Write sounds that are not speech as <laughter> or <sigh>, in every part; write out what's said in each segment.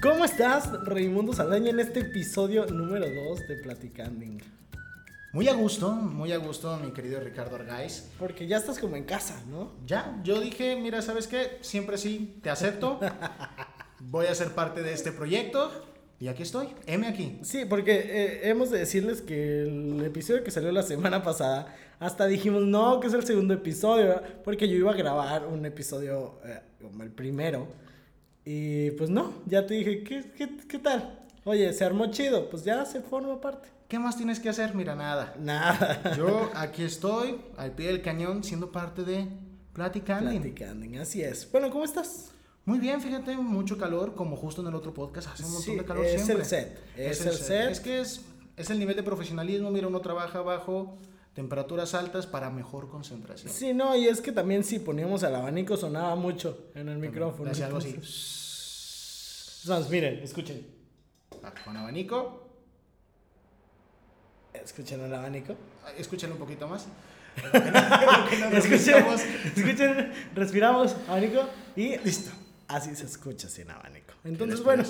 ¿Cómo estás, Raimundo Saldaña, en este episodio número 2 de Platicanding? Muy a gusto, muy a gusto, mi querido Ricardo Argáiz. Porque ya estás como en casa, ¿no? Ya, yo dije, mira, ¿sabes qué? Siempre sí, te acepto. Voy a ser parte de este proyecto. Y aquí estoy, M aquí. Sí, porque eh, hemos de decirles que el episodio que salió la semana pasada, hasta dijimos, no, que es el segundo episodio, porque yo iba a grabar un episodio eh, como el primero. Y pues no, ya te dije, ¿qué, qué, qué tal? Oye, se armó chido, pues ya se forma parte. ¿Qué más tienes que hacer? Mira, nada. Nada. <laughs> Yo aquí estoy, al pie del cañón, siendo parte de Platicando. Platicanding, así es. Bueno, ¿cómo estás? Muy bien, fíjate, mucho calor, como justo en el otro podcast, hace un montón Sí, de calor es siempre. el set, es el set. Es que es, es el nivel de profesionalismo, mira, uno trabaja bajo temperaturas altas para mejor concentración. Sí, no, y es que también si poníamos el abanico sonaba mucho en el micrófono. Hacía algo así. entonces- Entonces, miren, escuchen. Ah, Con abanico, Escuchen el <laughs> abanico. Ah, Escúchalo un poquito <laughs> más. Escuchen, escuchen, respiramos, abanico y Listo. así se escucha sin abanico. Entonces, les bueno,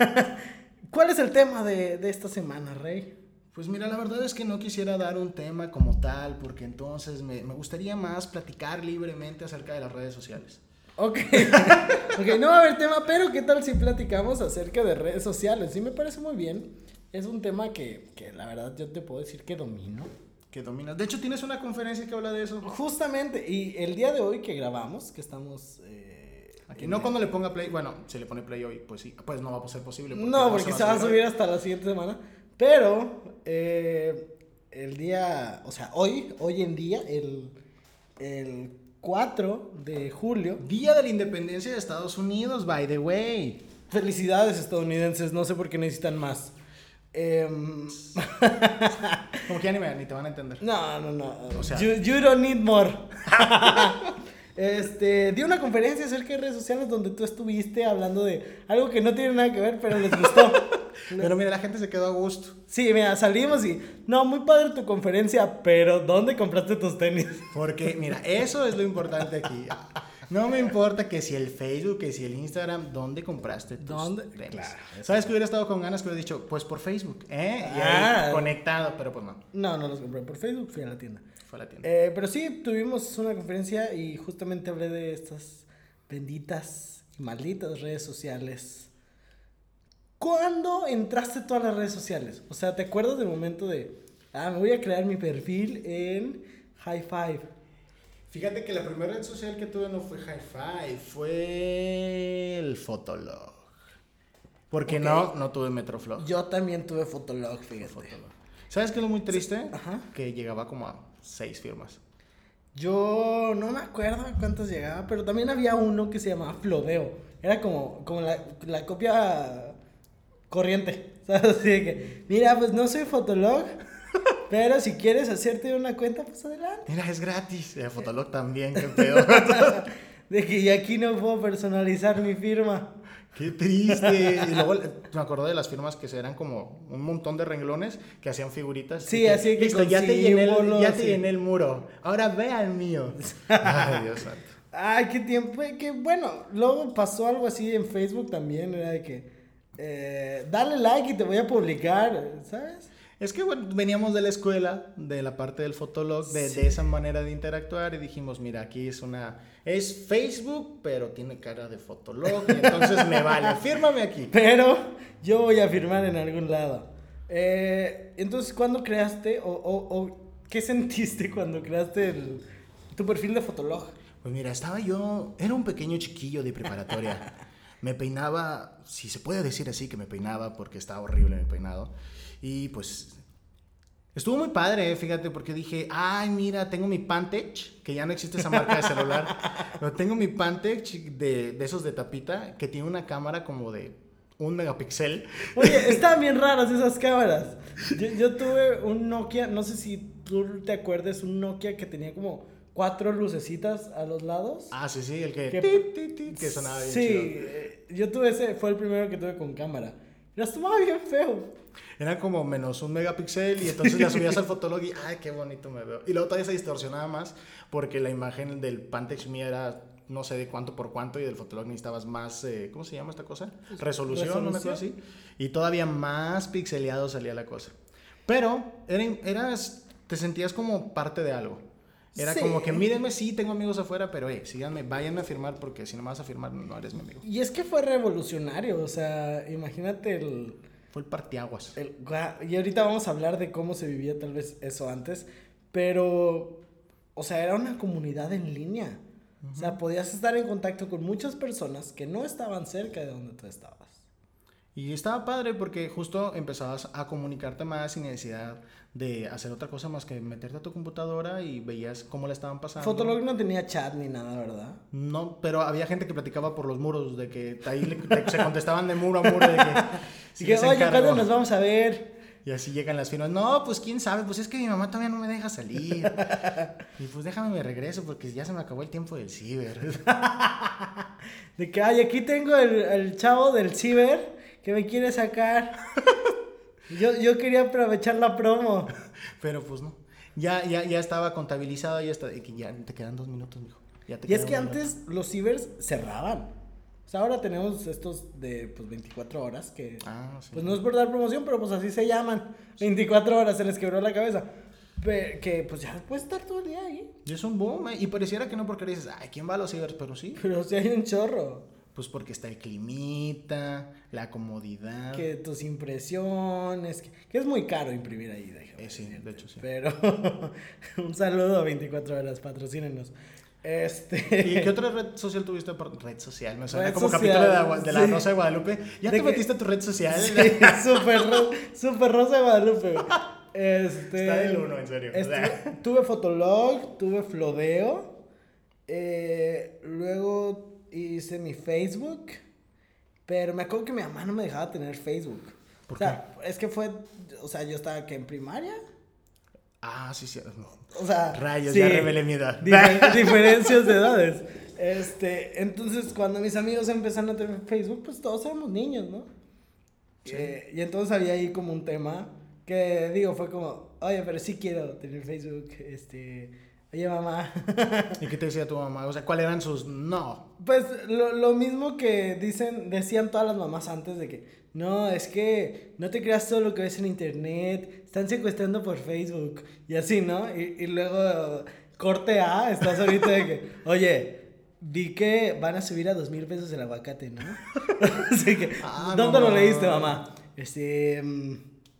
<laughs> ¿cuál es el tema de, de esta semana, Rey? Pues mira, la verdad es que no quisiera dar un tema como tal, porque entonces me, me gustaría más platicar libremente acerca de las redes sociales. Ok, <laughs> ok, no va a haber tema, pero ¿qué tal si platicamos acerca de redes sociales? Sí, me parece muy bien. Es un tema que, que la verdad yo te puedo decir que domino. Que dominas. De hecho, tienes una conferencia que habla de eso. Justamente, y el día de hoy que grabamos, que estamos... eh, Aquí, en no el- cuando le ponga play. Bueno, si le pone play hoy, pues sí. Pues no va a ser posible. No, porque se va a subir hoy. hasta la siguiente semana. Pero eh, el día, o sea, hoy, hoy en día, el, el 4 de julio. Día de la Independencia de Estados Unidos, by the way. Felicidades estadounidenses, no sé por qué necesitan más. Em, Como que ya ni, me- ni te van a entender. no, no, no. O sea- you, you don't need more. <laughs> Este, di una conferencia acerca de redes sociales donde tú estuviste hablando de algo que no tiene nada que ver, pero les <laughs> gustó. Pero mira, la gente se quedó a gusto. Sí, mira, salimos y. No, muy padre tu conferencia, pero ¿dónde compraste tus tenis? Porque, mira, eso es lo importante aquí. No me importa que si el Facebook, que si el Instagram, ¿dónde compraste tus ¿Dónde? tenis? Claro, ¿Sabes que hubiera estado con ganas que hubiera dicho? Pues por Facebook, ¿eh? Y Ah. ahí conectado, pero pues no, No, no los compré por Facebook, fui a la tienda. fue a la tienda. Eh, pero sí, tuvimos una conferencia y justamente hablé de estas benditas y malditas redes sociales. ¿Cuándo entraste tú a las redes sociales? O sea, ¿te acuerdas del momento de. Ah, me voy a crear mi perfil en High Five? Fíjate que la primera red social que tuve no fue Hi-Fi, fue el Fotolog. Porque no, no tuve Metroflog. Yo también tuve Fotolog, fíjate. ¿Sabes qué es lo muy triste? Ajá. Que llegaba como a seis firmas. Yo no me acuerdo cuántas llegaba, pero también había uno que se llamaba Flodeo. Era como, como la, la copia corriente. <laughs> ¿sabes? Así de que, mira, pues no soy fotolog, <laughs> pero si quieres hacerte una cuenta, pues adelante. Mira, es gratis. El Fotolog también, qué pedo. <laughs> De que y aquí no puedo personalizar mi firma. Qué triste. <laughs> Y luego eh, me acordé de las firmas que eran como un montón de renglones que hacían figuritas. Sí, Y que, así que "Listo, ya te, consigue llené un el, bolo, ya te sí. llené el muro. Ahora ve al <laughs> mío. Ay, Dios santo. Ay, qué tiempo, eh, qué bueno. Luego pasó algo así en Facebook también, era de que, eh, dale like y te voy a publicar, ¿sabes? Es que bueno, veníamos de la escuela, de la parte del fotolog, de, de esa manera de interactuar y dijimos, mira, aquí es una... Es Facebook, pero tiene cara de fotolog, entonces me vale, fírmame aquí. Pero yo voy a firmar en algún lado. Eh, entonces, ¿cuándo creaste o, o- o qué sentiste <laughs> cuando creaste el- tu perfil de fotolog? Pues mira, estaba yo, era un pequeño chiquillo de preparatoria. Me peinaba, si se puede decir así, que me peinaba porque estaba horrible mi peinado. Y pues estuvo muy padre, eh, fíjate, porque dije, ay, mira, tengo mi Pantech, que ya no existe esa marca de celular, pero tengo mi Pantech de, de esos de tapita, que tiene una cámara como de un megapíxel. Oye, están bien raras esas cámaras. Yo, yo tuve un Nokia, no sé si tú te acuerdas, un Nokia que tenía como cuatro lucecitas a los lados. Ah, sí, sí, el que... Que- tit, tit, tit, que sonaba bien Sí, chido. eh, yo tuve ese, fue el primero que tuve con cámara. Las tomaba bien feo. Era como menos un megapíxel y entonces la subías al Fotolog y ¡ay, qué bonito me veo! Y luego todavía se distorsionaba más porque la imagen del Pantex mío era no sé de cuánto por cuánto y del Fotolog necesitabas más, eh, ¿cómo se llama esta cosa? Resolución, no me acuerdo así. Resolución. Y todavía más pixeleado salía la cosa. Pero era, eras, te sentías como parte de algo. Era Sí. como que mírenme, sí, tengo amigos afuera, pero hey, síganme, váyanme a firmar porque si no me vas a firmar no eres mi amigo. Y es que fue revolucionario, o sea, imagínate el... Fue el partiaguas. el- gua- y ahorita vamos a hablar de cómo se vivía tal vez eso antes, pero, o sea, era una comunidad en línea. O sea, podías estar en contacto con muchas personas que no estaban cerca de donde tú estabas. Y estaba padre porque justo empezabas a comunicarte más sin necesidad de hacer otra cosa más que meterte a tu computadora y veías cómo la estaban pasando. Fotolog no tenía chat ni nada, ¿verdad? No, pero había gente que platicaba por los muros, de que ahí le- te- se contestaban de muro a muro, <laughs> de que Así sí, que, se oye, encargó". ¿cuándo nos vamos a ver? Y así llegan las firmas, no, pues quién sabe, pues es que mi mamá todavía no me <laughs> deja salir. y pues déjame me regreso porque ya se me acabó el tiempo del ciber. <laughs> De que, ay, aquí tengo el, el chavo del ciber que me quiere sacar. Yo, yo quería aprovechar la promo. pero pues no, ya, ya, ya estaba contabilizado, ya, está, y que ya te quedan dos minutos, mijo. Ya te Y es quedan que dos minutos. antes los cibers cerraban. O sea, ahora tenemos estos de pues 24 horas que Ah, sí. pues no es por dar promoción, pero pues así se llaman. 24 horas se les quebró la cabeza. Pe- que pues ya puedes estar todo el día ahí. Y es un boom, ¿eh? y pareciera que no porque dices, ay, ¿quién va a los ciber? Pero sí, Pero si hay un chorro pues porque está el climita, la comodidad. que tus impresiones, que, que es muy caro imprimir ahí, déjame Eh, sí, decirte. de hecho, sí. Pero <laughs> un saludo a 24 horas, patrocínenos. Este ¿Y qué otra red social tuviste? aparte? Red social, me suena Red como social, capítulo de, Agua- de la sí. Rosa de Guadalupe. ¿Ya De te que- metiste a tu red social? Sí, <laughs> super, ro- super Rosa de Guadalupe. güey. Este, Está del uno, en serio. O estuve- sea. <laughs> tuve Fotolog, tuve Flodeo. eh, luego hice mi Facebook. Pero me acuerdo que mi mamá no me dejaba tener Facebook. ¿Por o sea, es que fue. O sea, yo estaba que en primaria. Ah, sí, sí. no. O sea, Rayos, sí, ya revelé mi edad. difer- <laughs> diferencias de edades. Este, entonces cuando mis amigos empezaron a tener Facebook, pues todos éramos niños, ¿no? Eh, y entonces había ahí como un tema que digo, fue como, oye, pero sí quiero tener Facebook, este, oye mamá. <laughs> ¿Y qué te decía tu mamá? O sea, ¿cuáles eran sus no? pues lo, lo mismo que dicen, decían todas las mamás antes de que, no, es que no te creas todo lo que ves en internet, están secuestrando por Facebook y así, ¿no? Y, y luego corte A, estás ahorita de que, <laughs> oye, vi que van a subir a dos mil pesos el aguacate, ¿no? <laughs> así que, Ah, ¿dónde lo mamá. leíste, mamá? Este, mm,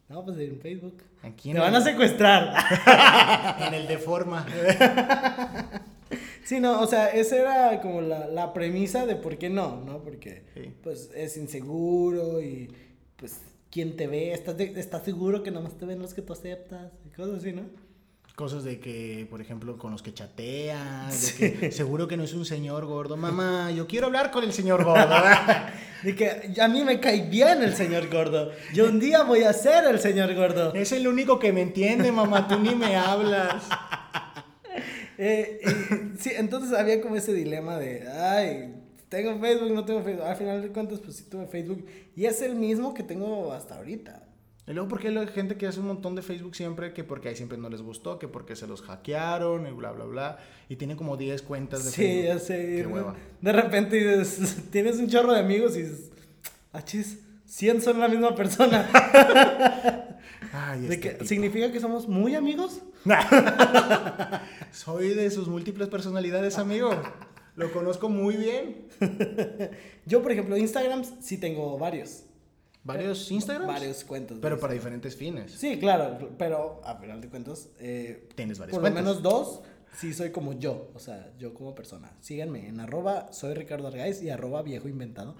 no, pues en Facebook. Aquí Te van a secuestrar. En el de forma. Sí, no, o sea, esa era como la, la premisa de por qué no, ¿no? Porque Sí. pues es inseguro y pues quién te ve, estás, de- estás seguro que nada más te ven los que tú aceptas y cosas así, ¿no? Cosas de que, por ejemplo, con los que chatean, Sí. de que seguro que no es un señor gordo. Mamá, yo quiero hablar con el señor gordo. <laughs> De que a mí me cae bien el señor gordo. Yo un día voy a ser el señor gordo. es el único que me entiende, mamá, tú ni me hablas. Eh, y- sí, entonces había como ese dilema de, ay, tengo Facebook, no tengo Facebook. Al final de cuentas, pues sí tuve Facebook y es el mismo que tengo hasta ahorita. Y luego, ¿por qué hay gente que hace un montón de Facebook siempre? Que porque ahí siempre no les gustó, que porque se los hackearon y bla, bla, bla. Y tiene como 10 cuentas de Sí, Facebook. ya sé. Qué hueva. De repente dices, <laughs> tienes un chorro de amigos y dices, ah, chis, 100 son la misma <laughs> persona. Ay, De este que, tipo. ¿Significa que somos muy amigos? Soy de sus múltiples personalidades, <laughs> amigo. Lo conozco muy bien. Yo, por ejemplo, Instagram sí tengo varios. ¿Varios Instagrams? Eh, Varios cuentos. de Pero para Instagram. diferentes fines. Sí, claro, pero a final de cuentas, eh, Tienes varias por lo cuentas. menos dos, sí soy como yo, o sea, yo como persona. Síganme en arroba soy Ricardo Argáiz y arroba viejo inventado.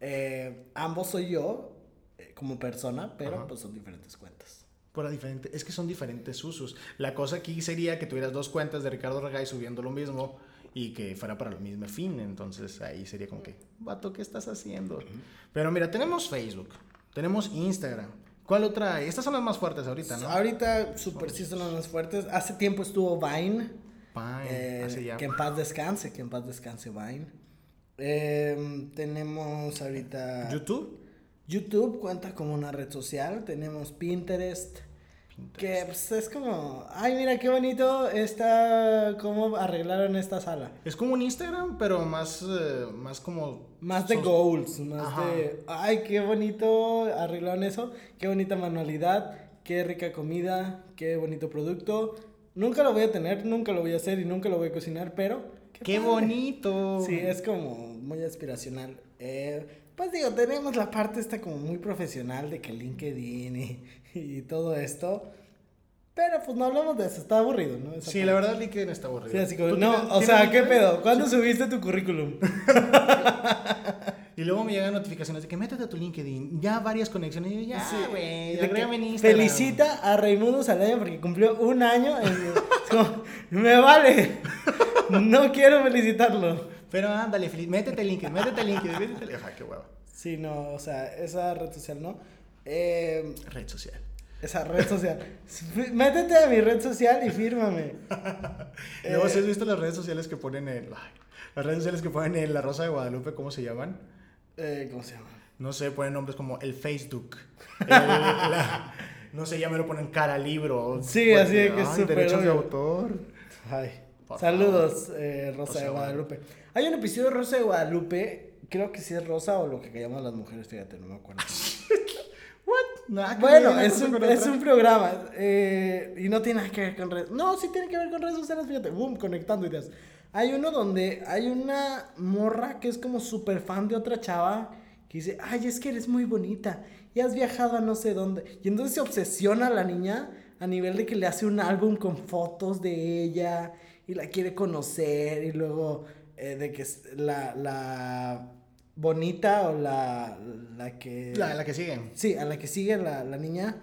Eh, ambos soy yo eh, como persona, pero Ajá. pues son diferentes cuentas. Para diferente, es que son diferentes usos. La cosa aquí sería que tuvieras dos cuentas de Ricardo Regay subiendo lo mismo y que fuera para el mismo fin. Entonces ahí sería como que, vato, ¿qué estás haciendo? Pero mira, tenemos Facebook, tenemos Instagram. ¿Cuál otra? Estas son las más fuertes ahorita, ¿no? Ahorita super sí son las más fuertes. Hace tiempo estuvo Vine. Vine, eh, hace ya. que en paz descanse, que en paz descanse Vine. Em, tenemos ahorita YouTube. YouTube cuenta como una red social. Tenemos Pinterest. Que pues, es como, ay, mira qué bonito está, cómo arreglaron esta sala. Es como un Instagram, pero más, eh, más como... Más de sos- goals, más Ajá. de, ay, qué bonito arreglaron eso, qué bonita manualidad, qué rica comida, qué bonito producto. Nunca lo voy a tener, nunca lo voy a hacer y nunca lo voy a cocinar, pero... ¡Qué padre. bonito! Sí, es como muy aspiracional. Eh, pues digo, tenemos la parte esta como muy profesional de que LinkedIn y, y todo esto. Pero pues no hablamos de eso, está aburrido, ¿no? Esa Sí, parte. la verdad LinkedIn está aburrido. Sí, así como, ¿Tú no, tienes- o tienes sea, ¿qué LinkedIn? pedo? ¿Cuándo subiste tu currículum? Y luego me llegan notificaciones de que métete a tu LinkedIn. Ya varias conexiones. Y yo, ya, Sí, Ah, güey, de que agrégame en Instagram. Felicita a Raimundo Saldaña porque cumplió un año. en- es como, me vale. No quiero felicitarlo. Pero ándale, fel- métete a LinkedIn, métete a LinkedIn, métete a LinkedIn. Ajá, qué hueva. Sí, no, o sea, esa red social, ¿no? Eh, Red social. Esa red social. Fí- Métete a mi red social y fírmame. Y Luego, Eh, si has visto las redes sociales que ponen el... ay, las redes sociales que ponen en La Rosa de Guadalupe, ¿cómo se llaman? Eh, ¿Cómo se llama? No sé, ponen nombres como el Facebook. el- <laughs> la- no sé, ya me lo ponen cara libro. Sí, así de que es ay, súper derechos de obvio. autor. Ay. Por Saludos, eh, Rosa Rosa de de Guadalupe. Hay un episodio de Rosa de Guadalupe. Creo que sí es Rosa o lo que llaman las mujeres, fíjate, no me acuerdo. What? Nada que ver Bueno, una es cosa un, con es otra. un programa eh, y no tiene nada que ver con redes. No, sí tiene que ver con redes sociales, fíjate, boom, conectando ideas. Hay uno donde hay una morra que es como súper fan de otra chava que dice, ay, es que eres muy bonita y has viajado a no sé dónde. Y entonces se obsesiona a la niña a nivel de que le hace un álbum con fotos de ella y la quiere conocer y luego eh, de que es la, la bonita o la, la que... La, la que sigue. Sí, a la que sigue la, la niña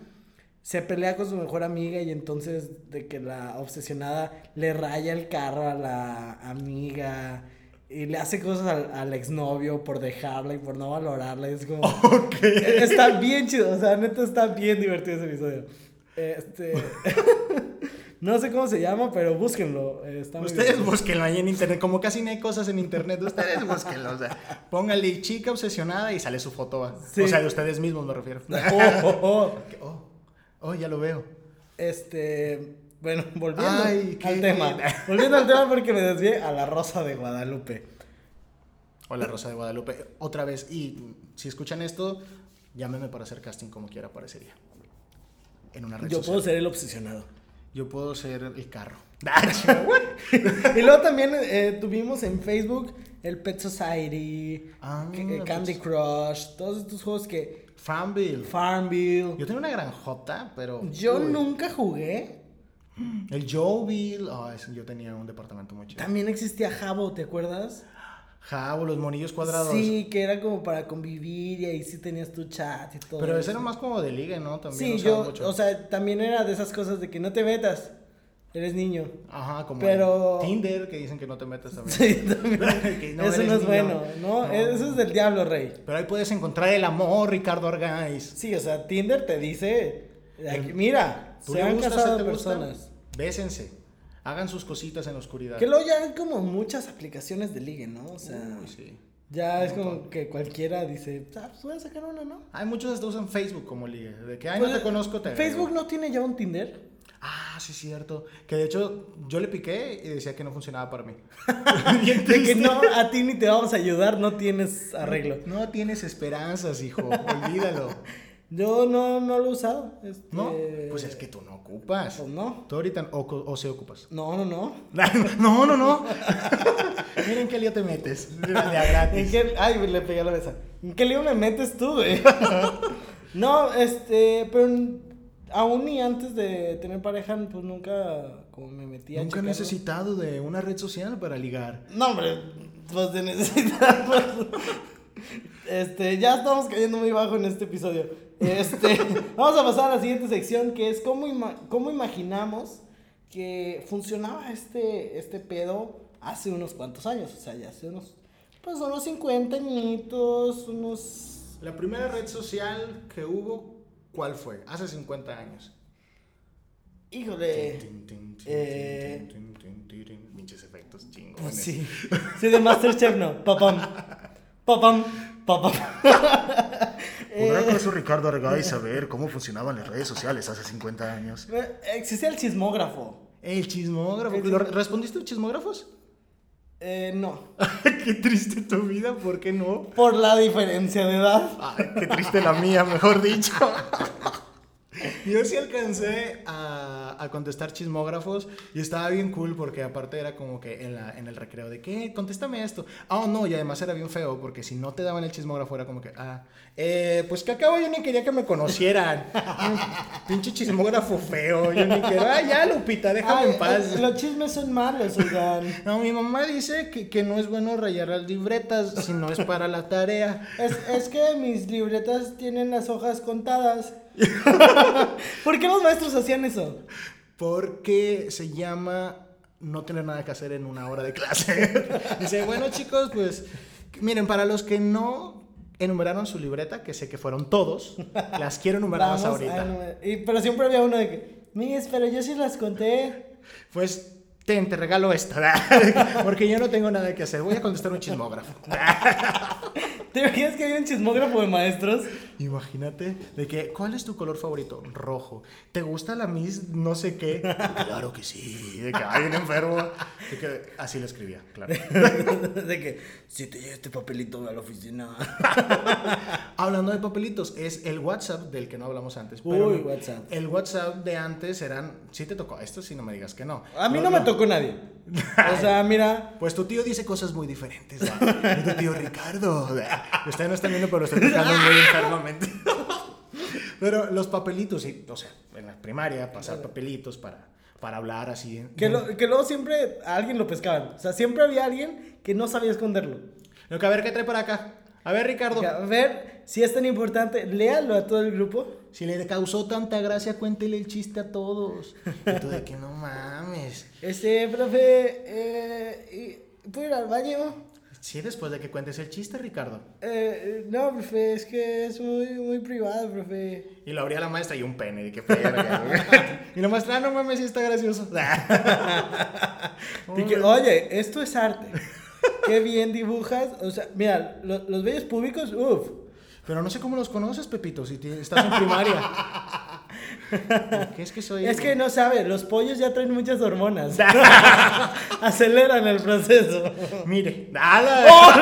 se pelea con su mejor amiga y entonces de que la obsesionada le raya el carro a la amiga y le hace cosas al, al exnovio por dejarla y por no valorarla. y es como... Ok. Está bien chido, o sea, neta está bien divertido ese episodio. Este... <laughs> no sé cómo se llama, pero búsquenlo. eh, Está muy Ustedes bien. búsquenlo ahí en internet, como casi no hay cosas en internet, ustedes búsquenlo, <laughs> o sea, póngale chica obsesionada y sale su foto, va. Sí. o sea, de ustedes mismos <laughs> me refiero. Oh, oh, oh. Que- Oh, oh, ya lo veo. Este, bueno, <laughs> volviendo Ay, qué al tema. pena. <laughs> Volviendo al tema porque me desvié a la Rosa de Guadalupe. Hola Rosa de Guadalupe, otra vez, y si escuchan esto, llámeme para hacer casting como quiera, aparecería. En una red Yo social. puedo ser el obsesionado. Yo puedo ser el <laughs> carro. Ah, y luego también eh, tuvimos en Facebook el Pet Society, Ah, que- eh, el Candy Pet Crush, todos estos juegos que Farmville. Farmville. Yo tenía una granjota, pero... Yo Uy. nunca jugué. El Joeville, oh, ese- yo tenía un departamento muy chido. También existía Jabo, ¿te acuerdas? Jabo, los monillos cuadrados. Sí, que era como para convivir y ahí sí tenías tu chat y todo. Pero ese eso. era más como de ligue, ¿no? También Sí, usaba yo, mucho. o sea, también era de esas cosas de que no te metas, eres niño. Ajá, como pero- en Tinder, que dicen que no te metas <laughs> también. Sí, también. <laughs> Que no eso eres no es niño. bueno, ¿no? No. Eso es del diablo, rey. Pero ahí puedes encontrar el amor, Ricardo Argáiz. Sí, o sea, Tinder te dice, aquí- mira, Em, ¿Tú se le han gustas, casado él te gusta? personas. Bésense. Hagan sus cositas en la oscuridad. Que luego ya hay como muchas aplicaciones de ligue, ¿no? O sea, Uy, sí. ya es Un como montón. que cualquiera dice, ah, pues voy a sacar una, ¿no? Hay muchos hasta usan Facebook como ligue. De que, ay, no Pues, te conozco, te agrego. Facebook no tiene ya un <laughs> Tinder. Ah, sí, cierto. Que de hecho, yo le piqué y decía que no funcionaba <laughs> para mí. <laughs> Bien De que triste. no, a ti ni te vamos a ayudar, no tienes arreglo. No tienes esperanzas, hijo. Olvídalo. <laughs> Yo no, no lo he usado. este, ¿No? Pues es que tú no ocupas. pues no. Tú ahorita o, co- o se ocupas. <laughs> No, no, no. No, no, no. <laughs> Miren qué lío te metes. Mira, de a ¿En gratis. qué- Ay, le pegué a la mesa. ¿En qué lío me metes tú, güey? <laughs> no, este, pero n- aún y antes de tener pareja, pues nunca como me metía. Nunca he necesitado de una red social para ligar. No, hombre, pues de necesitar. <laughs> pues. Este, ya estamos cayendo muy bajo en este episodio. Este, <laughs> vamos a pasar a la siguiente sección que es cómo, ima- cómo imaginamos que funcionaba este, este pedo hace unos cuantos años. O sea, ya hace unos, pues unos 50 añitos, unos... La primera red social que hubo, ¿cuál fue? Hace 50 años. Híjole. Tin, tin, tin, tin, eh. tin, tin, tin, tin. Pinches efectos chingones. Pues sí, sí, de Masterchef no. Papam. Papam. Papam. ¿Podrá acaso Ricardo <laughs> Argay saber cómo funcionaban las redes sociales hace 50 años? Re- Existe el sismógrafo. El chismógrafo. El ¿Lo chismógrafo. ¿Respondiste a chismógrafos? Eh, no. <laughs> qué triste tu vida, ¿por qué no? Por la diferencia de edad. Ay, qué triste la mía, mejor dicho. <laughs> Yo sí alcancé a, a contestar chismógrafos y estaba bien cool porque aparte era como que en, la- en el recreo de que, contéstame esto. Ah, no, y además era bien feo porque si no te daban el chismógrafo era como que, ah, eh, pues que acabo yo ni quería que me conocieran. <laughs> Pinche chismógrafo feo, yo ni quiero, ah, ya Lupita, déjame Ay, en paz. eh, Los chismes son malos, oigan. No, mi mamá dice que, que no es bueno rayar las libretas si no es para la tarea. Es, es que mis libretas tienen las hojas contadas. <laughs> ¿Por qué los maestros hacían eso? Porque se llama no tener nada que hacer en una hora de clase. <laughs> Dice, bueno chicos, pues miren, para los que no enumeraron su libreta, que sé que fueron todos, las quiero enumeradas Vamos a ahorita. enumer- y- pero siempre había uno de que, mis, pero yo sí las conté. Pues ten, te regalo esta, <laughs> porque yo no tengo nada que hacer. Voy a contestar un chismógrafo. ¿Te imaginas que había un chismógrafo de maestros? Imagínate de que, ¿cuál es tu color favorito? Rojo. ¿Te gusta la Miss no <laughs> sé qué? claro que sí, de que hay un enfermo. De que, así lo escribía, <laughs> <laughs> claro. de que, si te llega este papelito a la oficina. Hablando de papelitos, es el WhatsApp del que no hablamos antes. pero Uy, WhatsApp. El WhatsApp de antes eran, sí te tocó, esto sí no me digas que no. A mí no me tocó nadie. O <laughs> sea, mira. Pues tu tío dice cosas muy diferentes. ¿verdad? Y tu tío Ricardo. <laughs> ¿verdad? Ustedes no están viendo, pero lo estoy tocando muy enfermamente. <laughs> Pero los papelitos, sí, o sea, en la primaria pasar papelitos para, para hablar así. en- Que, lo- que luego siempre a alguien lo pescaban. O sea, siempre había alguien que no sabía esconderlo. Lo que a ver qué trae para acá. A ver, Ricardo. Que, a ver, si es tan importante, léalo a todo el grupo. Si le causó tanta gracia, cuéntele el chiste a todos. Y tú de que no mames. Este, profe, eh, y- ¿puedo ir al baño? Sí, después de que cuentes el chiste, Ricardo. Eh, no, profe, es que es muy, muy privado, profe. Y lo abría la maestra y un pene. De que verga, <laughs> güey. y la maestra, "Ah, no mames, sí está gracioso. <laughs> Y que, oye, esto es arte. <laughs> Qué bien dibujas. O sea, mira, lo- los bellos públicos, uff. Pero no sé cómo los conoces, Pepito, si te- estás en primaria. ¿Qué es que <laughs> soy? Es que no sabe, los pollos ya traen muchas <laughs> hormonas. Aceleran el proceso. Mire. ¡Ala! ¡Oh,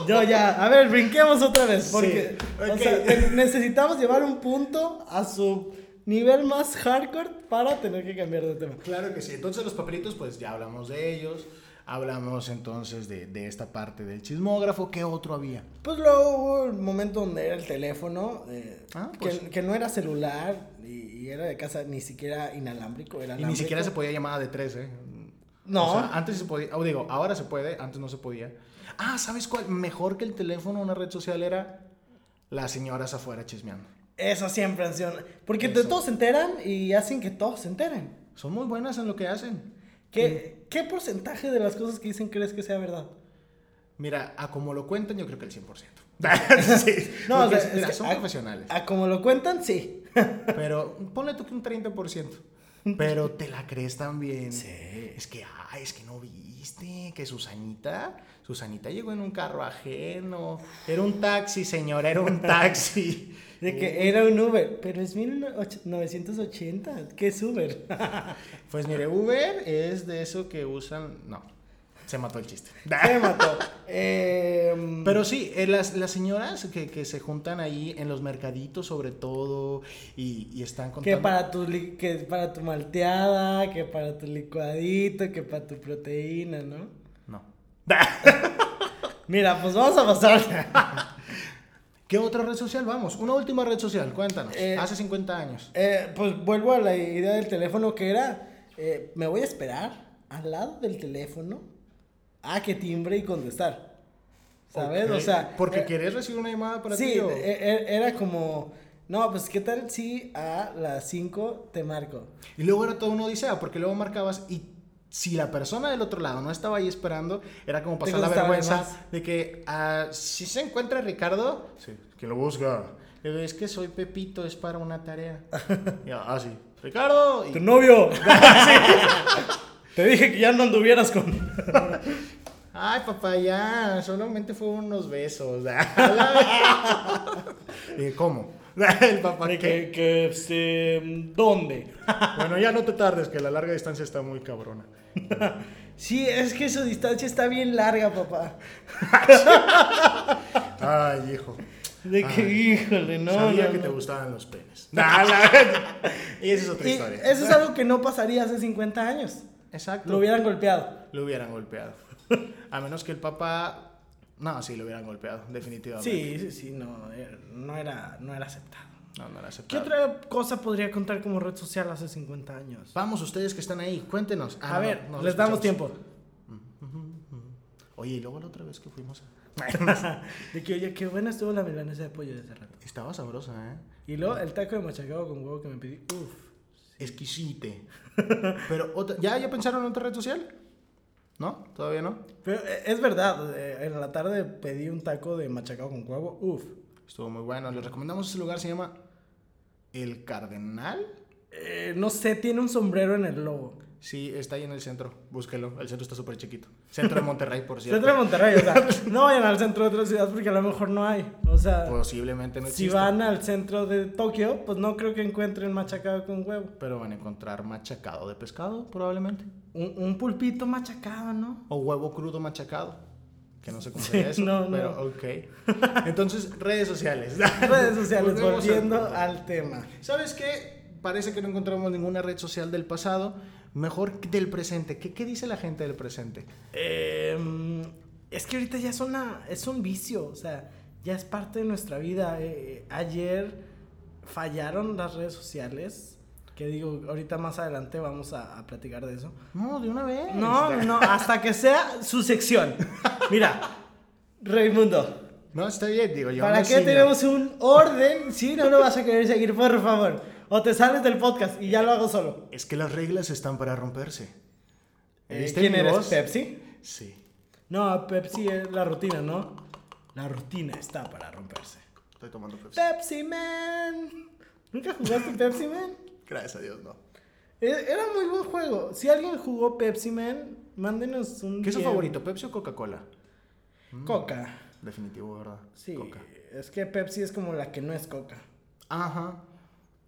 no! Yo ya, a ver, brinquemos otra vez. Porque Sí, o ok. sea, te- necesitamos llevar un punto a su nivel más hardcore para tener que cambiar de tema. Claro que sí. Entonces los papelitos, pues ya hablamos de ellos. Hablamos entonces de, de esta parte del chismógrafo. ¿Qué otro había? Pues luego hubo un momento donde era el teléfono, eh, Ah, que- pues. que, no era celular y, y era de casa ni siquiera inalámbrico. Era Y ni alámbrico. siquiera se podía llamada de tres, ¿eh? No. O sea, ah. antes se podía, o digo, ahora se puede, antes no se podía. Ah, ¿sabes cuál? Mejor que el teléfono, una red social era las señoras afuera chismeando. Eso siempre han sido- Porque de Eso. todos se enteran y hacen que todos se enteren. Son muy buenas en lo que hacen. ¿Qué, Mm. ¿Qué porcentaje de las cosas que dicen crees que sea verdad? Mira, a como lo cuentan, yo creo que el 100%. <laughs> sí. No, Porque, o sea, es mira, que son a- profesionales. A Ah, como lo cuentan, sí. Pero ponle tú que un 30%. Pero te la crees también. Sí. Es que, ay, es que no viste que Susanita, Susanita llegó en un carro ajeno. Era un taxi, señora, era un taxi. <laughs> De que era un Uber, pero es 1980. ¿Qué es Uber? <laughs> Pues mire, Uber es de eso que usan. No, se mató <laughs> el chiste. Se mató. Em, Pero sí, eh, las, las señoras que, que se juntan ahí en los mercaditos, sobre todo, y, y están Que contando. para, tu, li- que para tu malteada, que para tu licuadito, que para tu proteína, ¿no? No. Mira, pues vamos a pasar. <laughs> ¿Qué otra red social? Vamos, una última red social, cuéntanos. Eh, Hace 50 años. Eh, pues vuelvo a la idea del teléfono que era, eh, me voy a esperar al lado del teléfono a que timbre y contestar. ¿Sabes? O Ok. sea... Porque eh, querés recibir una llamada para Sí, ti. o- e- e- era como... No, pues ¿qué tal si a las 5 te marco? Y luego era todo una odisea, porque luego marcabas y si la persona del otro lado no estaba ahí esperando, era como pasar la costaba vergüenza más. de que ah, si se encuentra Ricardo, que lo busca. Es que soy Pepito, es para una <laughs> tarea. Y, ah, sí. Ricardo. y- ¡Tu <laughs> novio! Te dije que ya no anduvieras con... Ay, papá, ya, solamente fueron unos besos. <laughs> <laughs> Eh, ¿Cómo? <laughs> El papá De que. que, que, este, ¿dónde? Bueno, ya no te tardes, que la larga distancia está muy cabrona. Sí, es que su distancia está bien larga, papá. Ay, hijo. De que, Ay. híjole, no. Sabía no, que te no. gustaban <laughs> los penes. Nah, la- Y esa es otra Y historia. eso es algo que no pasaría hace 50 años. Exacto. Lo hubieran golpeado. Lo hubieran golpeado. <laughs> A menos que el papá. No, sí, lo hubieran golpeado, definitivamente. Sí, sí, sí, no, eh, no era, no era aceptado. No, no ¿Qué era aceptable. otra cosa podría contar como red social hace 50 años? Vamos, ustedes que están ahí, cuéntenos. Ah, a no, ver, no, no les damos escuchamos. tiempo. <laughs> Oye, y luego la otra vez que fuimos. a- De que, oye, qué buena estuvo la milanesa de pollo de hace rato. Estaba sabrosa, ¿eh? Y luego el taco de machacado con huevo que me pedí. Uf. Exquisite. <laughs> Pero, otra- ¿ya, ¿ya pensaron en otra red social? ¿No? ¿Todavía no? Pero eh, es verdad, eh, en la tarde pedí un taco de machacado con huevo. Uf. Estuvo muy bueno. Les recomendamos ese lugar, se llama El Cardenal. Eh, no sé, tiene un sombrero en el lobo. Sí, está ahí en el centro. Búsquelo. El centro está súper chiquito. Centro de Monterrey, <laughs> por cierto. Centro de Monterrey, o sea, <laughs> no vayan al centro de otra ciudad porque a lo mejor no hay. O sea, Posiblemente Pues, no si exista. van al centro de Tokio, pues no creo que encuentren machacado con huevo. Pero van a encontrar machacado de pescado, probablemente. Un, un pulpito machacado, ¿no? O huevo crudo machacado. Que no sé <laughs> cómo sería Sí, eso. no, no. pero ok. Entonces, redes sociales. <laughs> Redes sociales, Volvemos al- volviendo al tema. ¿Sabes qué? Parece que no encontramos ninguna red social del pasado. Mejor que del presente. ¿Qué, qué dice la gente del presente? Em, es que ahorita ya es, una, es un vicio, o sea, ya es parte de nuestra vida. Eh, eh, ayer fallaron las redes sociales, que digo, ahorita más adelante vamos a, a platicar de eso. No, de una vez. No, no, hasta que sea su sección. Mira, Raimundo, No, está bien, digo yo. ¿para no qué sigo. tenemos un orden si no lo vas a querer seguir, por favor? O te sales del podcast y ya lo hago solo. Es que las reglas están para romperse. Eh, ¿Viste ¿Quién mi eres? voz? ¿Pepsi? Sí. No, Pepsi es la rutina, ¿no? La rutina está para romperse. Estoy tomando Pepsi. Pepsi Man. ¿Nunca jugaste Pepsi Man? Gracias a Dios, no. E- Era muy buen juego. Si alguien jugó Pepsi Man, mándenos un. ¿Qué es su DM. favorito, Pepsi o Coca-Cola? Coca. Definitivo, ¿verdad? Sí. Mm. Coca. Es que Pepsi es como la que no es Coca. Ajá.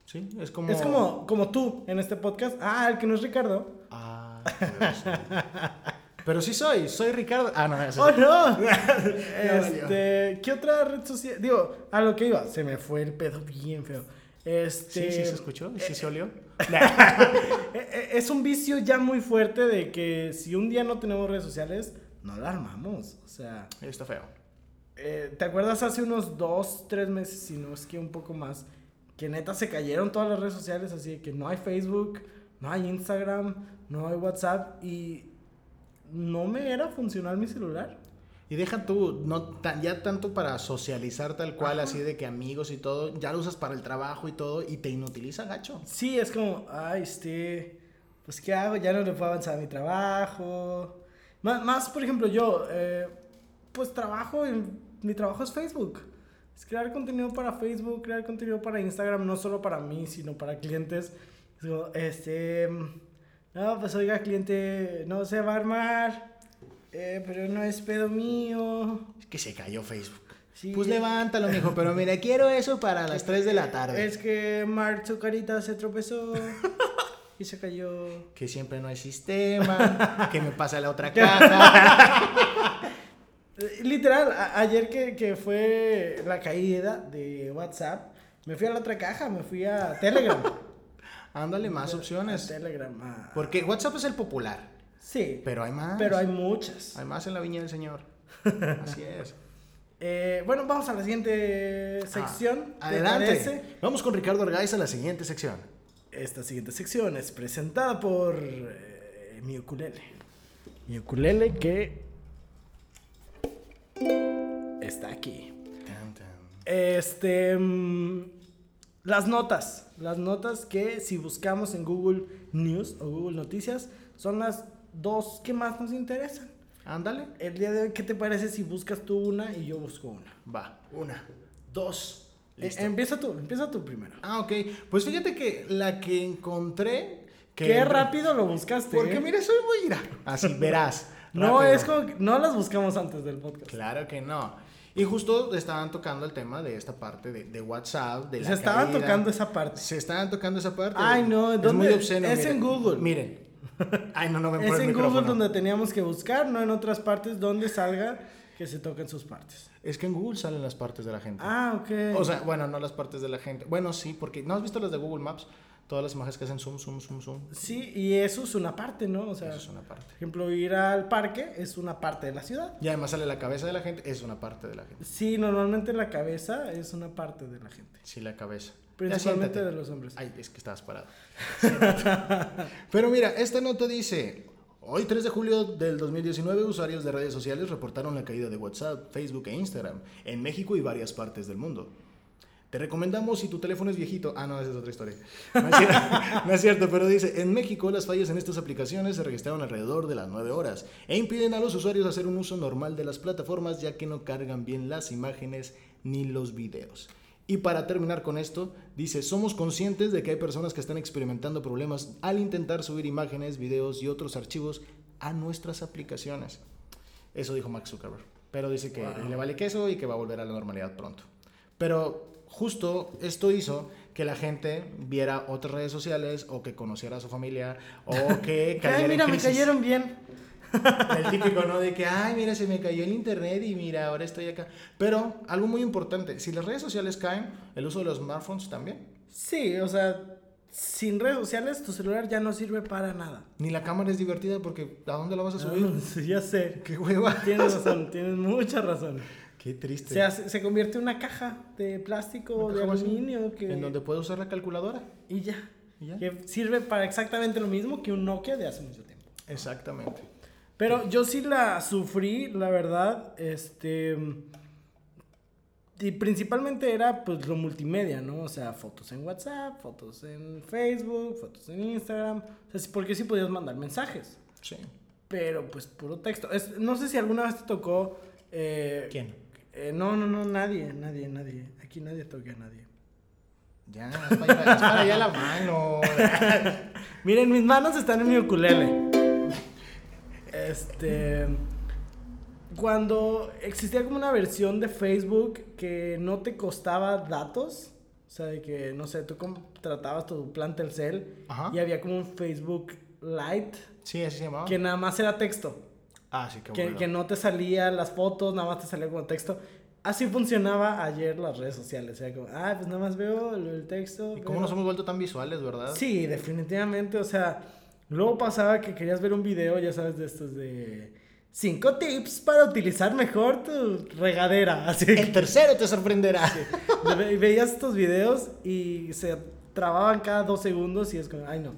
Sí, es como. Es como, como tú en este podcast. Ah, el que no es Ricardo. Ah, pero sí. Pero sí soy, soy Ricardo. Ah, no, <laughs> ese ¡Oh, <laughs> es... no! Ya valió. este, ¿Qué otra red social? Digo, a lo que iba. Se me fue el pedo bien feo. Sí, Este, sí se escuchó, sí se olió. <laughs> e- e- Es un vicio ya muy fuerte de que si un día no tenemos redes sociales, no la armamos. O sea. Está feo. Eh, ¿Te acuerdas hace unos dos, tres meses, si no es que un poco más, que neta se cayeron todas las redes sociales, así de que no hay Facebook, no hay Instagram, no hay WhatsApp y no me era funcional mi celular? Y deja tú, no tan- ya tanto para socializar tal cual, así de que amigos y todo, ya lo usas para el trabajo y todo, y te inutiliza, gacho. Sí, es como, ay, este, pues ¿qué hago? Ya no le puedo avanzar a mi trabajo. Má- Más, por ejemplo, yo, eh, pues trabajo, en, mi trabajo es Facebook. Es crear contenido para Facebook, crear contenido para Instagram, no solo para mí, sino para clientes. Es como, este, mm, no, pues oiga, cliente, no se va a armar, eh, pero no es pedo mío. Es que se cayó Facebook. Sí. Pues levántalo, mijo, pero mira, quiero eso para las 3 de la tarde. Es que Mark su carita se <laughs> tropezó y se cayó. Que siempre no hay sistema, que me pasa <laughs> la otra caja. Eh, Literal, a- ayer que, que fue la caída de WhatsApp, me fui a la otra caja, me fui a Telegram. Ándale, <laughs> más a opciones. Telegram, a- Porque WhatsApp es el popular, Sí, pero hay más. pero hay muchas. Hay más en la viña del señor. Así es. Eh, bueno, vamos a la siguiente <laughs> sección. Ah, ¿te parece? adelante. Vamos con Ricardo Argáiz a la siguiente sección. Esta siguiente sección es presentada por eh, mi ukulele. Mi ukulele que está aquí. Tan, tan. Este. mm, las notas. Las notas que si buscamos en Google News o Google Noticias son las dos que más nos interesan. Ándale. El día de hoy, ¿qué te parece si buscas tú una y yo busco una? Va. Una, dos. Eh, Listo. empieza tú, empieza tú primero. Ah, ok. Pues fíjate que la que encontré. que- Qué rápido lo buscaste. Porque eh. <laughs> mira, soy muy. Mira, así verás. No, Rápido. es como que no las buscamos antes del podcast. Claro que no. Y justo estaban tocando el tema de esta parte de, de WhatsApp, de la Se estaban caída. tocando esa parte. Se estaban tocando esa parte. Ay, no, es ¿dónde? muy obsceno. Es miren. en Google. Miren. <laughs> Ay, no, no me Es ponen el en Google micrófono. donde teníamos que buscar, no en otras partes donde salga que se toquen sus partes. Es que en Google salen las partes de la gente. Ah, ok. O sea, bueno, no las partes de la gente. Bueno, sí, porque ¿no has visto las de Google Maps? Todas las imágenes que hacen zoom, zoom, zoom, zoom. sí, y eso es una parte, ¿no? O sea, Eso es una parte. por ejemplo, ir al parque es una parte de la ciudad. Y además sale la cabeza de la gente, es una parte de la gente. Sí, normalmente la cabeza es una parte de la gente. Sí, la cabeza. Ya Principalmente siéntate. de los hombres. Ay, es que estabas parado. <laughs> Pero mira, esta nota dice, hoy 3 de julio del 2019 usuarios de redes sociales reportaron la caída de WhatsApp, Facebook e Instagram en México y varias partes del mundo. Te recomendamos si tu teléfono es viejito. Ah, no, esa es otra historia. No es, cier- <laughs> no es cierto, pero dice, en México las fallas en estas aplicaciones se registraron alrededor de las 9 horas e impiden a los usuarios hacer un uso normal de las plataformas ya que no cargan bien las imágenes ni los videos. Y para terminar con esto, dice, somos conscientes de que hay personas que están experimentando problemas al intentar subir imágenes, videos y otros archivos a nuestras aplicaciones. Eso dijo Mark Zuckerberg. Pero dice que le vale queso y que va a volver a la normalidad pronto. Pero justo esto hizo que la gente viera otras redes sociales o que conociera a su familia <laughs> o que cayera Ay, en mira, me crisis. cayeron bien. <laughs> El típico, ¿no? De que, ay, mira, se me cayó el internet y mira, ahora estoy acá. Pero algo muy importante, si las redes sociales caen, el uso de los smartphones también. Sí, o sea, sin redes sociales tu celular ya no sirve para nada. <laughs> Ni la cámara es divertida porque ¿a dónde la Ah. vas a subir? Sí, ya sé. ¡Qué hueva! Tienes razón, tienes mucha razón. ¡Qué triste! Se, hace- se convierte en una caja de plástico o Una de caja vacía, aluminio que, En donde puedo usar la calculadora. y ya. ¿Y ya? Que sirve para exactamente lo mismo que un Nokia de hace mucho tiempo. Exactamente. Pero yo sí la sufrí, la verdad, este... Y principalmente era pues lo multimedia, ¿no? O sea, fotos en WhatsApp, fotos en Facebook, fotos en Instagram. O sea, sí- porque sí podías mandar mensajes, Sí. pero pues puro texto. Es- no sé si alguna vez te tocó... eh, ¿Quién? eh, no, no, no, nadie, nadie, nadie. Aquí nadie toca a nadie. Ya, es para, es para allá la <laughs> mano. Miren, mis manos están en mi ukulele. Este. Cuando existía como una versión de Facebook que no te costaba datos, o sea, de que, no sé, tú contratabas tu plan Telcel Ajá. y había como un Facebook Lite Sí, así se llamaba. que nada más era texto, Ah, sí, qué que, bueno. que no te salían las fotos, nada más te salía como texto. Así funcionaba ayer las redes sociales, era como, ah, pues nada más veo el, el texto. ¿Y cómo veo- nos hemos vuelto tan visuales, verdad? Sí, definitivamente, o sea, luego pasaba que querías ver un video, ya sabes, de estos de 5 tips para utilizar mejor tu regadera, <laughs> así El que tercero te sorprenderá. ve- veías estos videos y se trababan cada dos segundos y es como, ay no,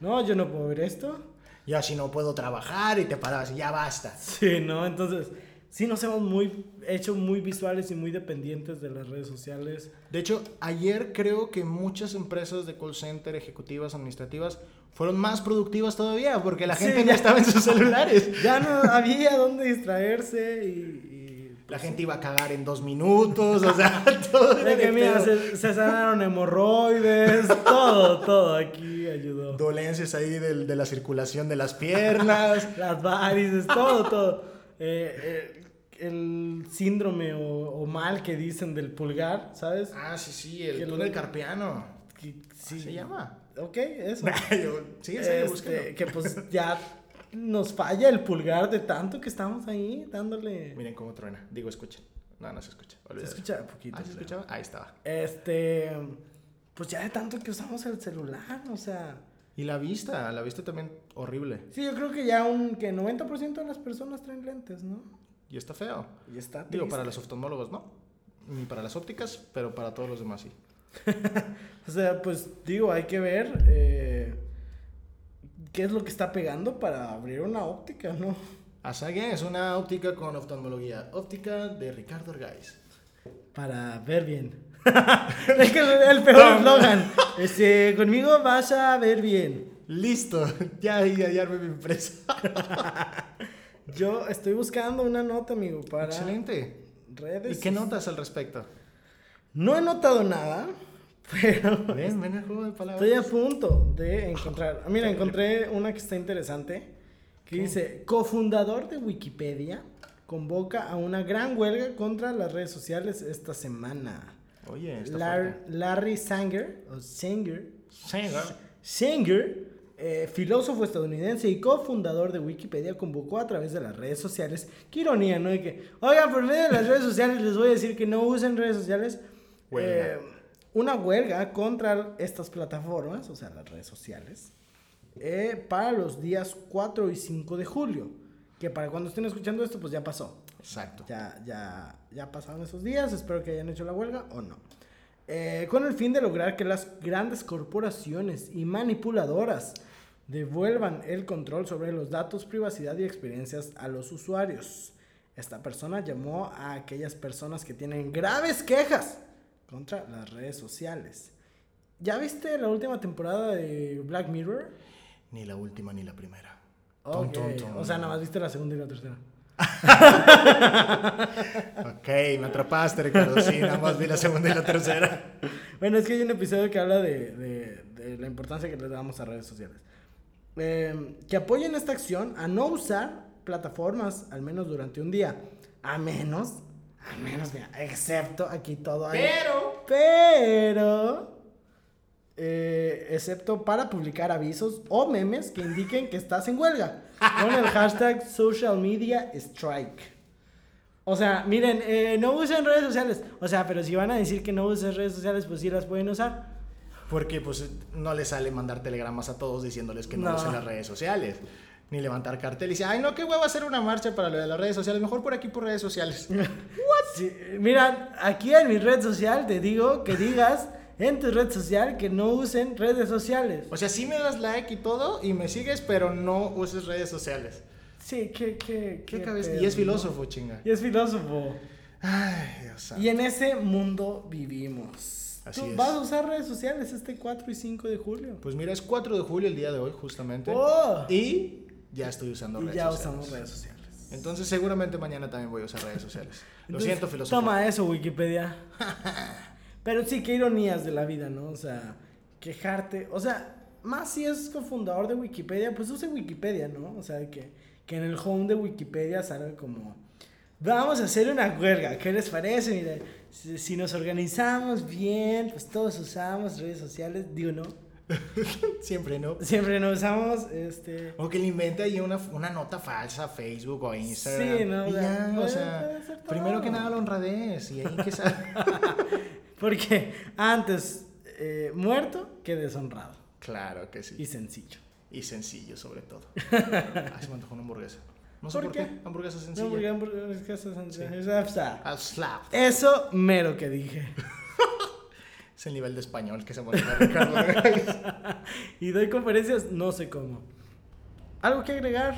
no, yo no puedo ver esto, Y así no puedo trabajar y te parabas y ya basta. sí, no, entonces, sí nos hemos muy, hecho muy visuales y muy dependientes de las redes sociales. De hecho, ayer creo que muchas empresas de call center, ejecutivas, administrativas, fueron más productivas todavía porque la <laughs> Sí, gente ya. ya estaba en sus celulares. Ya no había dónde distraerse y... y La gente iba a cagar en dos minutos, o <laughs> sea, todo era De que de mira, pedo. se, se sanaron hemorroides, <laughs> todo, todo aquí ayudó. Dolencias ahí del- de la circulación de las <laughs> piernas. Las varices, todo, <laughs> todo. Eh, eh, el síndrome o, o mal que dicen del pulgar, ¿sabes? Ah, sí, sí, el Que lo- túnel carpiano. Que- sí. Sí. ¿Se <laughs> llama? Ok, eso. Yo- sí, en serio, Este, búsquenlo. que pues ya nos falla el pulgar de tanto que estamos ahí dándole. Miren cómo truena. Digo, escuchen. No, no se escucha. Se olvídalo. escucha poquito. Ah, ¿se creo. escuchaba? Ahí estaba. Este, pues ya de tanto que usamos el celular, o sea. Y la vista, la vista también horrible. Sí, yo creo que ya un que 90% de las personas traen lentes, ¿no? Y está feo. Y está Digo, triste. para los oftalmólogos, ¿no? Ni para las ópticas, pero para todos los demás sí. O sea, pues digo, hay que ver eh, qué es lo que está pegando para abrir una óptica, ¿no? Asague es una óptica con oftalmología. Óptica de Ricardo Argáiz. Para ver bien. <laughs> es que es el peor eslogan. Este, conmigo vas a ver bien. Listo. <laughs> Ya, ya, ya armé mi <laughs> empresa. Yo estoy buscando una nota, amigo, para Excelente. redes. ¿Y qué notas al respecto? No he notado nada, <laughs> pero Ven, ven el juego de palabras. ah, Estoy a punto de encontrar. Mira, encontré una que está interesante. que dice, cofundador de Wikipedia convoca a una gran huelga contra las redes sociales esta semana. Oye, está Lar- fuerte. Larry Sanger, o Sanger, Sanger. Sanger, eh, filósofo estadounidense y cofundador de Wikipedia, convocó a través de las redes sociales. Qué ironía, ¿no? De que, oigan, por medio de las redes sociales les voy a decir que no usen redes sociales. Huelga. Eh, una huelga contra estas plataformas, o sea, las redes sociales, eh, para los días 4 y 5 de julio. Que para cuando estén escuchando esto, pues ya pasó. Exacto. Ya, ya, ya pasaron esos días, espero que hayan hecho la huelga o no. Eh, con el fin de lograr que las grandes corporaciones y manipuladoras devuelvan el control sobre los datos, privacidad y experiencias a los usuarios. Esta persona llamó a aquellas personas que tienen graves quejas contra las redes sociales. ¿Ya viste la última temporada de Black Mirror? Ni la última ni la primera. Ok, O sea, nada más viste la segunda y la tercera. Ok, me atrapaste, Ricardo. Sí, nada más vi la segunda y la tercera. <laughs> Bueno, es que hay un episodio que habla de, de- de la importancia que le damos a redes sociales. Eh, que apoyen esta acción a no usar plataformas, al menos durante un día. A menos, a menos, mira, excepto aquí todo. hay- Pero- Pero. eh, excepto para publicar avisos o memes que indiquen que estás en huelga. Con el hashtag social media strike. O sea, miren, eh, no usen redes sociales. O sea, pero si van a decir que no usen redes sociales, pues sí las pueden usar. Porque pues no le sale mandar telegramas a todos diciéndoles que no, No. usen las redes sociales. Ni levantar cartel y decir, ay, no, qué huevo hacer una marcha para lo de las redes sociales. Mejor por aquí por redes sociales. Sí, mira, aquí en mi red social te digo que digas en tu red social que no usen redes sociales. O sea, sí me das like y todo y me sigues, pero no uses redes sociales. Sí, qué, qué, ¿Qué qué cabeza? pedo, Y es ¿no? filósofo, chinga. Y es filósofo. Ay, Dios santo. Y en ese mundo vivimos. Así ¿Tú es. vas a usar redes sociales este 4 y 5 de julio? Pues mira, es 4 de julio el día de hoy, justamente. ¡Oh! Pues, Y ya estoy usando y redes ya sociales. usamos redes sociales. Entonces seguramente mañana también voy a usar redes sociales. Lo Entonces, siento, filósofo. Toma eso, Wikipedia. <laughs> Pero sí, qué ironías de la vida, ¿no? O sea, quejarte. O sea, más si es cofundador de Wikipedia, pues use Wikipedia, ¿no? O sea, que, que en el home de Wikipedia salga como. Vamos a hacer una huelga, ¿qué les parece? Mira, si, si nos organizamos bien, pues todos usamos redes sociales, digo no. Siempre, ¿no? Siempre nos usamos, este. O que le invente ahí una, una nota falsa a Facebook o a Instagram. Sí, no, Y o sea, ya, o puede- sea, puede ser todo. primero que nada la honradez. Y ahí <laughs> que salga. Porque antes eh, muerto que deshonrado claro que sí. y sencillo. Y sencillo, sobre todo. <laughs> Ay, se me antojó una hamburguesa. No sé ¿Por por, qué? qué. Hamburguesa sencilla. No, porque hamburg- es que eso es sencillo. O sea, o sea, A slap. Eso mero que dije. <laughs> Es el nivel de español que se maneja <laughs> Ricardo. Y doy conferencias, no sé cómo. Algo que agregar,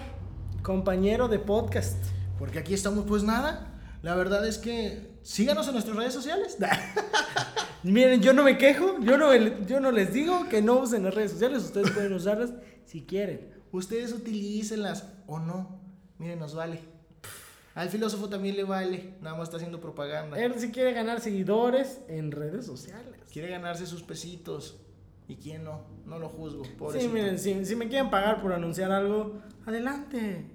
compañero de podcast. Porque aquí estamos, pues nada. La verdad es que síganos en nuestras redes sociales. <laughs> Miren, yo no me quejo, yo no, yo no les digo que no usen las redes sociales, ustedes pueden usarlas si quieren. Ustedes utilícenlas o no. Miren, nos vale. Al filósofo también le vale. Nada más está haciendo propaganda. Él si quiere ganar seguidores en redes sociales. Quiere ganarse sus pesitos. ¿Y quién no? No lo juzgo. Sí, Pobrecito. miren, si, si me quieren pagar por anunciar algo, adelante.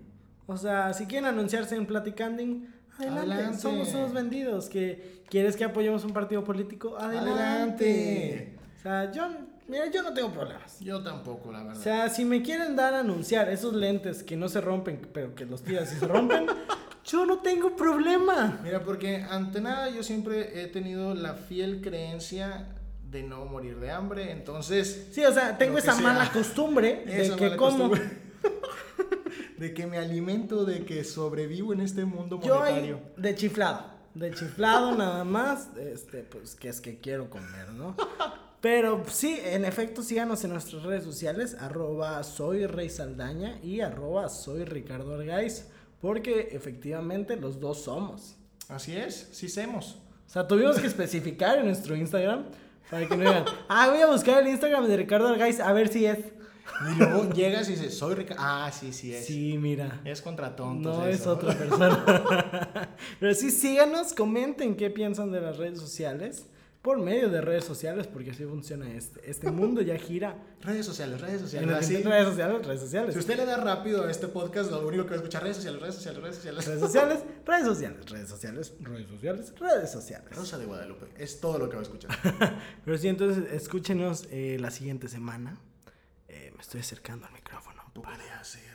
O sea, si quieren anunciarse en Platicanding, adelante. Adelante. Somos unos vendidos. que ¿Quieres que apoyemos un partido político? Adelante. Adelante. O sea, yo, mira, yo no tengo problemas. Yo tampoco, la verdad. O sea, si me quieren dar a anunciar esos lentes que no se rompen, pero que los tiras y se <laughs> rompen, yo no tengo problema. Mira, porque ante nada yo siempre he tenido la fiel creencia de no morir de hambre. Entonces, Sí, o sea, tengo Lo que esa sea. mala costumbre de esa que mala como... costumbre <laughs> de que me alimento, de que sobrevivo en este mundo Yo ahí, monetario. de chiflado, de chiflado nada más, este, pues que es que quiero comer, <laughs> ¿no? Pero pues, sí, en efecto, síganos en nuestras redes sociales, arroba soy Rey Saldaña y arroba soy Ricardo Argaiz, porque efectivamente los dos somos. Así es, sí hacemos. O sea, tuvimos que especificar en nuestro Instagram para que no <laughs> digan, ah, voy a buscar el Instagram de Ricardo Argaiz a ver si es. Y luego llegas y dices, soy rica. Ah, sí, sí es. Sí, mira. Es contra tontos. No eso, es otra <laughs> persona. Pero sí, síganos, comenten qué piensan de las redes sociales. por medio de redes sociales, porque así funciona este. Este mundo ya gira. <laughs> Redes sociales, redes En sociales. las así. redes sociales, redes sociales. Si usted le da rápido a este podcast, lo único que va a escuchar redes sociales, redes sociales, redes sociales. Redes sociales, redes sociales, redes sociales, redes sociales, redes sociales. Rosa de Guadalupe, es todo lo que va a escuchar. Pero sí, entonces escúchenos eh, la siguiente semana. Eh, me estoy acercando al micrófono. Puede hacer Eh,